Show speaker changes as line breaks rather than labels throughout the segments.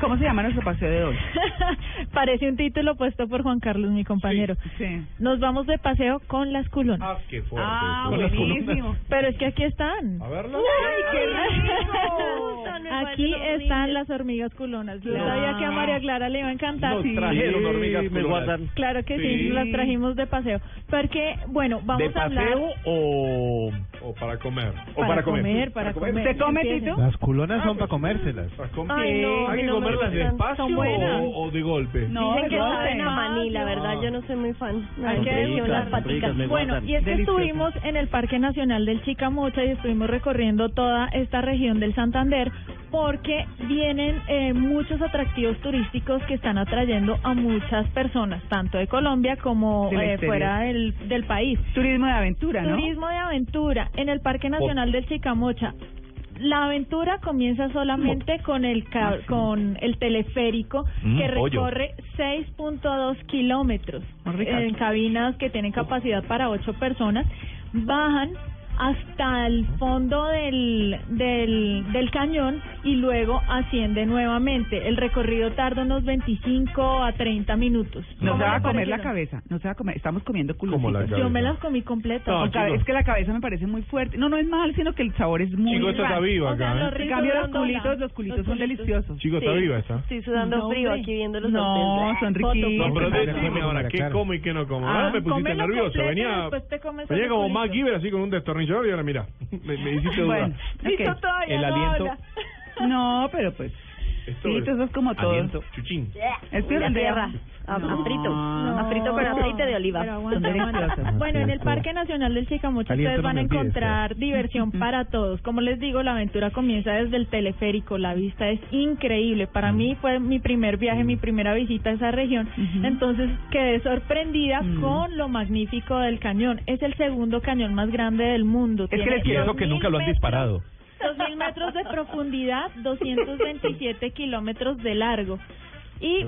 ¿Cómo se llama nuestro paseo de hoy?
Parece un título puesto por Juan Carlos, mi compañero.
Sí.
Nos vamos de paseo con las culonas.
Ah, qué fuerte.
Ah,
Con las
buenísimo.
columnas.
Pero es que aquí están.
A verla.
¡Ay, qué rico!
Aquí están las hormigas culonas. Yo
Claro.
sabía que a María Clara le iba a encantar.
Nos
Sí,
trajeron hormigas
me
culonas.
Claro que sí.
Sí.
las trajimos de paseo. Porque, bueno, vamos
¿De
a hablar...
paseo o,
O para comer.
o para, comer?
para,
comer.
comer.
¿Se come,
Empiecen.
Tito?
Las culonas
Ah, pues
son para comérselas.
Para comer.
Ay, no, a
Hay
mí
que
no me
comerlas
gustan. Son
despacio
buenas.
o, o de golpe.
No,
Dicen que
no,
saben
no.
a maní, la verdad,
yo
no soy muy fan.
Son ricas,
las
son
paticas.
ricas, me
Bueno,
gustan.
y es que
Deliciosas.
estuvimos en el Parque Nacional del Chicamocha y estuvimos recorriendo toda esta región del Santander porque vienen eh, muchos atractivos turísticos que están atrayendo a muchas personas, tanto de Colombia como
Del
eh,
exterior.
fuera del, del país.
Turismo de aventura, ¿no?
Turismo de aventura en el Parque Nacional del Chicamocha. La aventura comienza solamente con el ca- con el teleférico
Mm,
que
pollo.
recorre 6.2 kilómetros
Muy rico.
en cabinas que tienen capacidad para ocho personas. Bajan hasta el fondo del, del, del cañón y luego asciende nuevamente. El recorrido tarda unos 25 a 30 minutos.
No se
¿Cómo
va
le
a comer la
parecieron?
cabeza. No se va a comer. Estamos comiendo
Como la
culones.
cabeza.
Yo me las comí completas.
No,
O sea,
chico.
Es que la cabeza me parece muy fuerte. No, no es mal, sino que el sabor es muy
Chico, esto está
raro.
viva
O sea,
acá.
los
¿eh?
En cambio, los
Rico,
culitos,
redonda.
los culitos
Los
son
culitos.
deliciosos.
Chico, está viva esta.
Estoy sudando
No,
frío
hombre.
aquí viéndolos a
No,
ustedes.
son
Foto,
riquísimos.
No, pero
Para
decime
comer,
ahora,
para
¿qué
claro.
como y qué no como?
Ah,
Ahora me pusiste
cómelo
nervioso.
completo y
Venía,
después te comes
venía
el
como
culito.
MacGyver, así con un destornillador y ahora mira, me, me hiciste
Bueno,
dudar.
Tito
ok.
todavía
El
no
aliento.
habla.
No, pero pues.
Esto
Sí, eso es como todo.
Aliento. Chuchín.
Es
La tierra. A,
No.
a frito.
No.
A frito con aceite de
Pero
oliva.
aguanta,
Son
aguanta.
deliciosas.
Bueno, en el Parque Nacional del Chicamocha
Ah, Aliento
ustedes
no
van a
me olvides,
encontrar diversión para todos. Como les digo, la aventura comienza desde el teleférico. La vista es increíble. Para
Mm.
mí fue mi primer viaje, mi primera visita a esa región.
Ujú.
Entonces quedé sorprendida
Mm.
con lo magnífico del cañón. Es el segundo cañón más grande del mundo.
que les
Y eso que nunca lo han disparado.
2.000 metros de profundidad, 227 kilómetros de largo. Y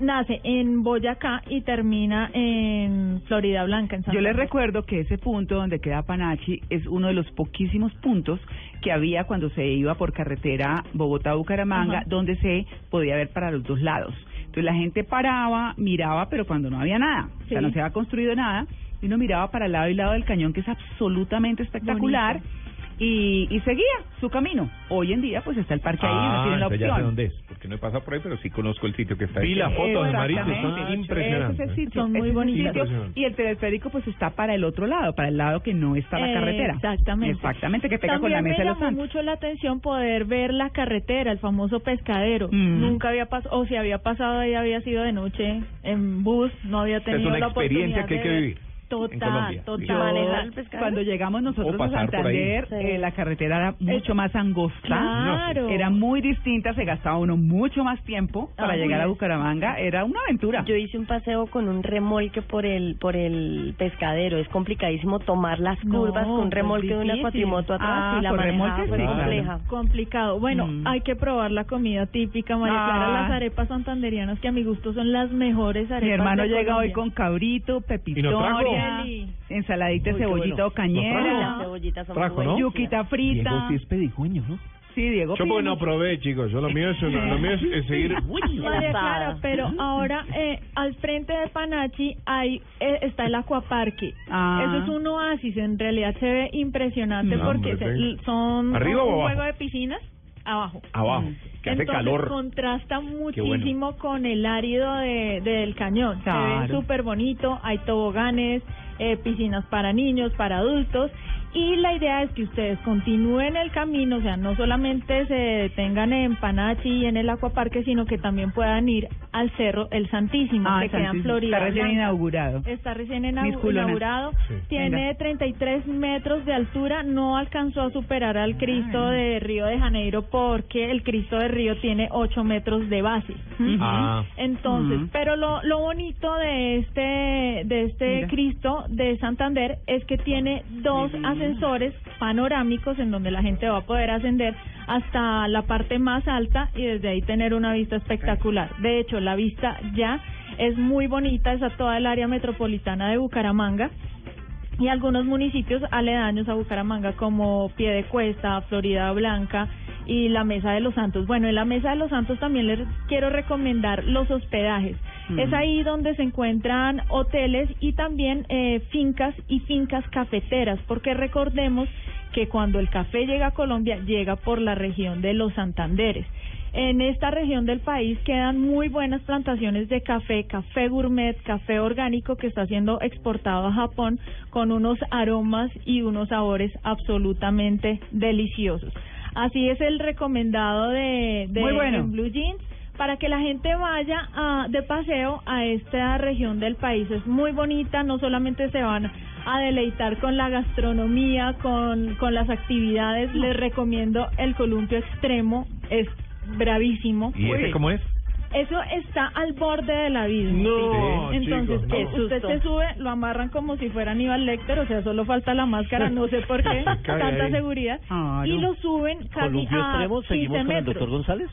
nace en Boyacá y termina en Florida Blanca, en San
Yo les recuerdo que ese punto donde queda Panachi es uno de los poquísimos puntos que había cuando se iba por carretera Bogotá-Bucaramanga,
Ajá.
donde se podía ver para los dos lados. Entonces la gente paraba, miraba, pero cuando no había nada, o sea,
Sí.
no se había construido nada, y uno miraba para el lado y lado del cañón, que es absolutamente espectacular,
Bonito.
y, y seguía su camino. Hoy en día, pues está el parque ahí,
Ah,
uno tiene la
Ah, entonces ya sé
opción.
dónde es.
Porque no he pasado por ahí, pero sí conozco el sitio que está
ahí.
Vi las fotos de Marito, son
Exactamente. Ese es el
impresionantes.
sitio,
Son muy
ese es el
bonitas.
sitio.
Impresionante.
Y el teleférico pues está para el otro lado, para el lado que no está la
Eh,
carretera.
exactamente.
Exactamente, que pega
También
con la mesa
me
de los
llamó
santos.
mucho la atención poder ver la carretera, el famoso pescadero.
Mm.
Nunca había pasado, o si había pasado ahí había sido de noche en bus, no había
sea, es
tenido
una
la
experiencia
oportunidad
que hay
de
que
ver.
vivir en
Total,
Colombia.
total.
Yo-
Manejar el pescado.
Cuando llegamos nosotros
O
a
pasar por ahí.
Santander, eh, la carretera era mucho más angosta.
Claro.
Era muy distinta, se gastaba uno mucho más tiempo para
Así
llegar a
es.
Bucaramanga. Era una aventura.
Yo hice un paseo con un remolque por el por el pescadero. Es complicadísimo tomar las
No,
curvas con un
pues
remolque de una
difícil.
cuatrimoto atrás
Ah,
y la
con remolque
manejada fue
sí,
claro.
compleja.
Complicado. Bueno,
Mm.
hay que probar la comida típica, María Clara,
Ah.
las arepas santanderianas que a mi gusto son las mejores arepas.
Mi hermano
de
llega hoy
Colombia.
con cabrito,
trajo?
pepitoria,
Deli.
ensaladita,
Uy, qué
cebollita
bueno.
o cañera,
Las cebollitas son
Trajo,
muy
¿no?
buenas.
yuquita frita.
Diego sí es pedigüeño, ¿no?
Sí, Diego.
Yo
pide
porque no
mucho.
probé, chicos. Yo lo mío es, una- lo mío es, es seguir.
María Clara,
Enlazada.
pero ahora eh, al frente de Panachi hay eh, está el acuaparque.
Ah.
Eso es un oasis, en realidad se ve impresionante
No,
porque
hombre,
se-
tengo.
l- son
¿Arriba
un
o abajo?
juego de piscinas abajo. Mm.
Abajo, que hace
Entonces,
calor.
contrasta
Qué
muchísimo
bueno.
con el árido de, del cañón. Se
Claro.
ve súper bonito, hay toboganes, eh, piscinas para niños, para adultos Y la idea es que ustedes continúen el camino, o sea, no solamente se detengan en Panachi y en el Acuaparque, sino que también puedan ir al Cerro El Santísimo,
Ah,
que queda en
Santísimo.
Florida.
Está recién
Blanca.
inaugurado.
Está recién
Mis
inau-
culonas.
inaugurado.
Sí.
Tiene
Venga.
33 metros de altura. No alcanzó a superar al
Ah,
Cristo de Río de Janeiro porque el Cristo de Río tiene 8 metros de base.
Ah.
Entonces,
Ujú.
pero lo, lo bonito de este de este
Mira.
Cristo de Santander es que tiene dos ascensores panorámicos en donde la gente va a poder ascender hasta la parte más alta y desde ahí tener una vista espectacular. De hecho, la vista ya es muy bonita, es a toda el área metropolitana de Bucaramanga y algunos municipios aledaños a Bucaramanga como Piedecuesta, Florida Blanca y la Mesa de los Santos. Bueno, en la Mesa de los Santos también les quiero recomendar los hospedajes. Es ahí donde se encuentran hoteles y también eh, fincas y fincas cafeteras, porque recordemos que cuando el café llega a Colombia, llega por la región de los Santanderes. En esta región del país quedan muy buenas plantaciones de café, café gourmet, café orgánico que está siendo exportado a Japón con unos aromas y unos sabores absolutamente deliciosos. Así es el recomendado de, de
Muy bueno.
en Blue Jeans para que la gente vaya a- de paseo a esta región del país. Es muy bonita, no solamente se van a deleitar con la gastronomía, con, con las actividades, les recomiendo el columpio extremo, es bravísimo.
¿Y
este
ese cómo es?
Eso está al borde del abismo.
No,
¿sí? Entonces,
chicos, no.
eh, usted se sube, lo amarran como si fuera Aníbal Lecter, o sea, solo falta la máscara, no sé por qué,
Se cae
tanta
ahí.
seguridad,
Ah,
y
no.
lo suben casi
Columpio
a
extremo,
15
seguimos con el doctor
metros.
González.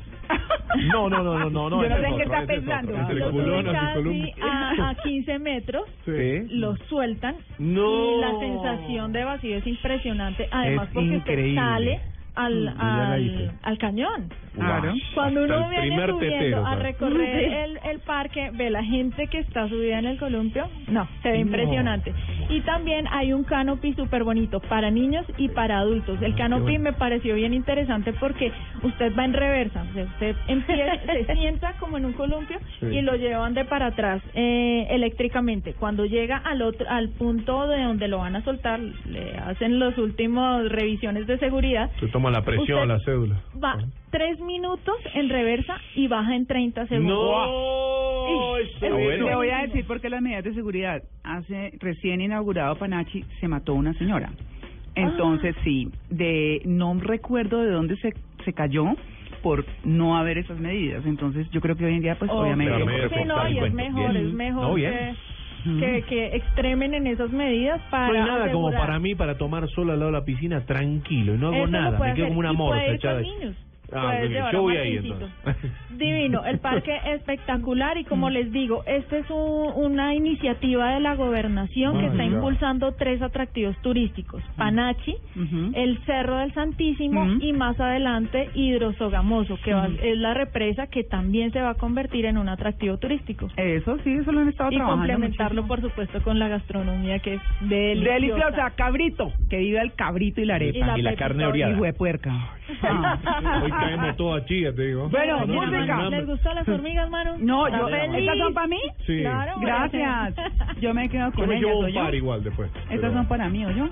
No, no, no, no, no, no.
Yo no
ese
sé
es
en qué
otro.
está pensando.
Entre
Lo suben
culonas y
Ah, casi
columpios.
a, a 15 metros,
Sí.
lo sueltan
No.
y la sensación de vacío es impresionante, además
Es
porque usted
increíble.
sale al,
Mm, yo ya la hice.
al, al cañón.
Claro.
Cuando
Hasta
uno
el
viene
primer
subiendo
tetero,
a
¿sabes?
recorrer el, el parque, ve la gente que está subida en el columpio, no, se ve impresionante. Y también hay un canopy súper bonito para niños y para adultos. El canopy me pareció bien interesante porque usted va en reversa, o sea, usted empieza, se sienta como en un columpio
Sí.
y lo llevan de para atrás eh, eléctricamente. Cuando llega al otro, al punto de donde lo van a soltar, le hacen los últimos revisiones de seguridad
Se toma la presión,
Usted-
la cédula.
va tres minutos en reversa y baja en 30 segundos.
No.
Sí.
ese-
Está bueno.
Le voy a decir por qué las medidas de seguridad. Hace recién inaugurado Panachi se mató una señora. Entonces, sí, de no recuerdo de dónde se, se cayó por no haber esas medidas. Entonces, yo creo que hoy en día, pues,
Oh,
obviamente...
claro,
sí, no, y es mejor,
Bien.
es mejor
No, bien.
que, que, que extremen en esas medidas para
No hay nada como
asegurar.
para mí para tomar solo al lado de la piscina tranquilo y no hago
Eso lo
nada,
puede
me quedo
hacer.
como una
Y
morsa
puede ir con
echada. ahí.
niños.
Ah,
Puede
ok,
llevar
yo
a
voy ahí,
Martincito.
entonces.
Divino, el parque espectacular y
Mm.
como les digo, esta es un- una iniciativa de la gobernación que
Ah,
está
ya.
impulsando tres atractivos turísticos,
Mm.
Panachi,
Ujú.
el Cerro del Santísimo
Ujú.
y más adelante Hidrosogamoso, que va- es la represa que también se va a convertir en un atractivo turístico
Eso sí, eso lo han estado
y
trabajando
complementarlo
muchísimo.
por supuesto con la gastronomía que es
Deliciosa, cabrito. Que viva el cabrito y la arepa.
Y la carne
Y
oreada.
huepuerca.
Hoy caemos todas chillas, te digo. No, no,
Bueno,
no,
música.
no, no.
¿Les gustó las hormigas, Manu?
No,
¿Está
yo,
feliz?
¿estas son para mí?
Sí.
Claro.
Gracias. Yo me quedo
Yo
con
me
ellas,
llevo un
¿oyó?
par igual después.
Estas
pero-
son para mí, ¿oyó?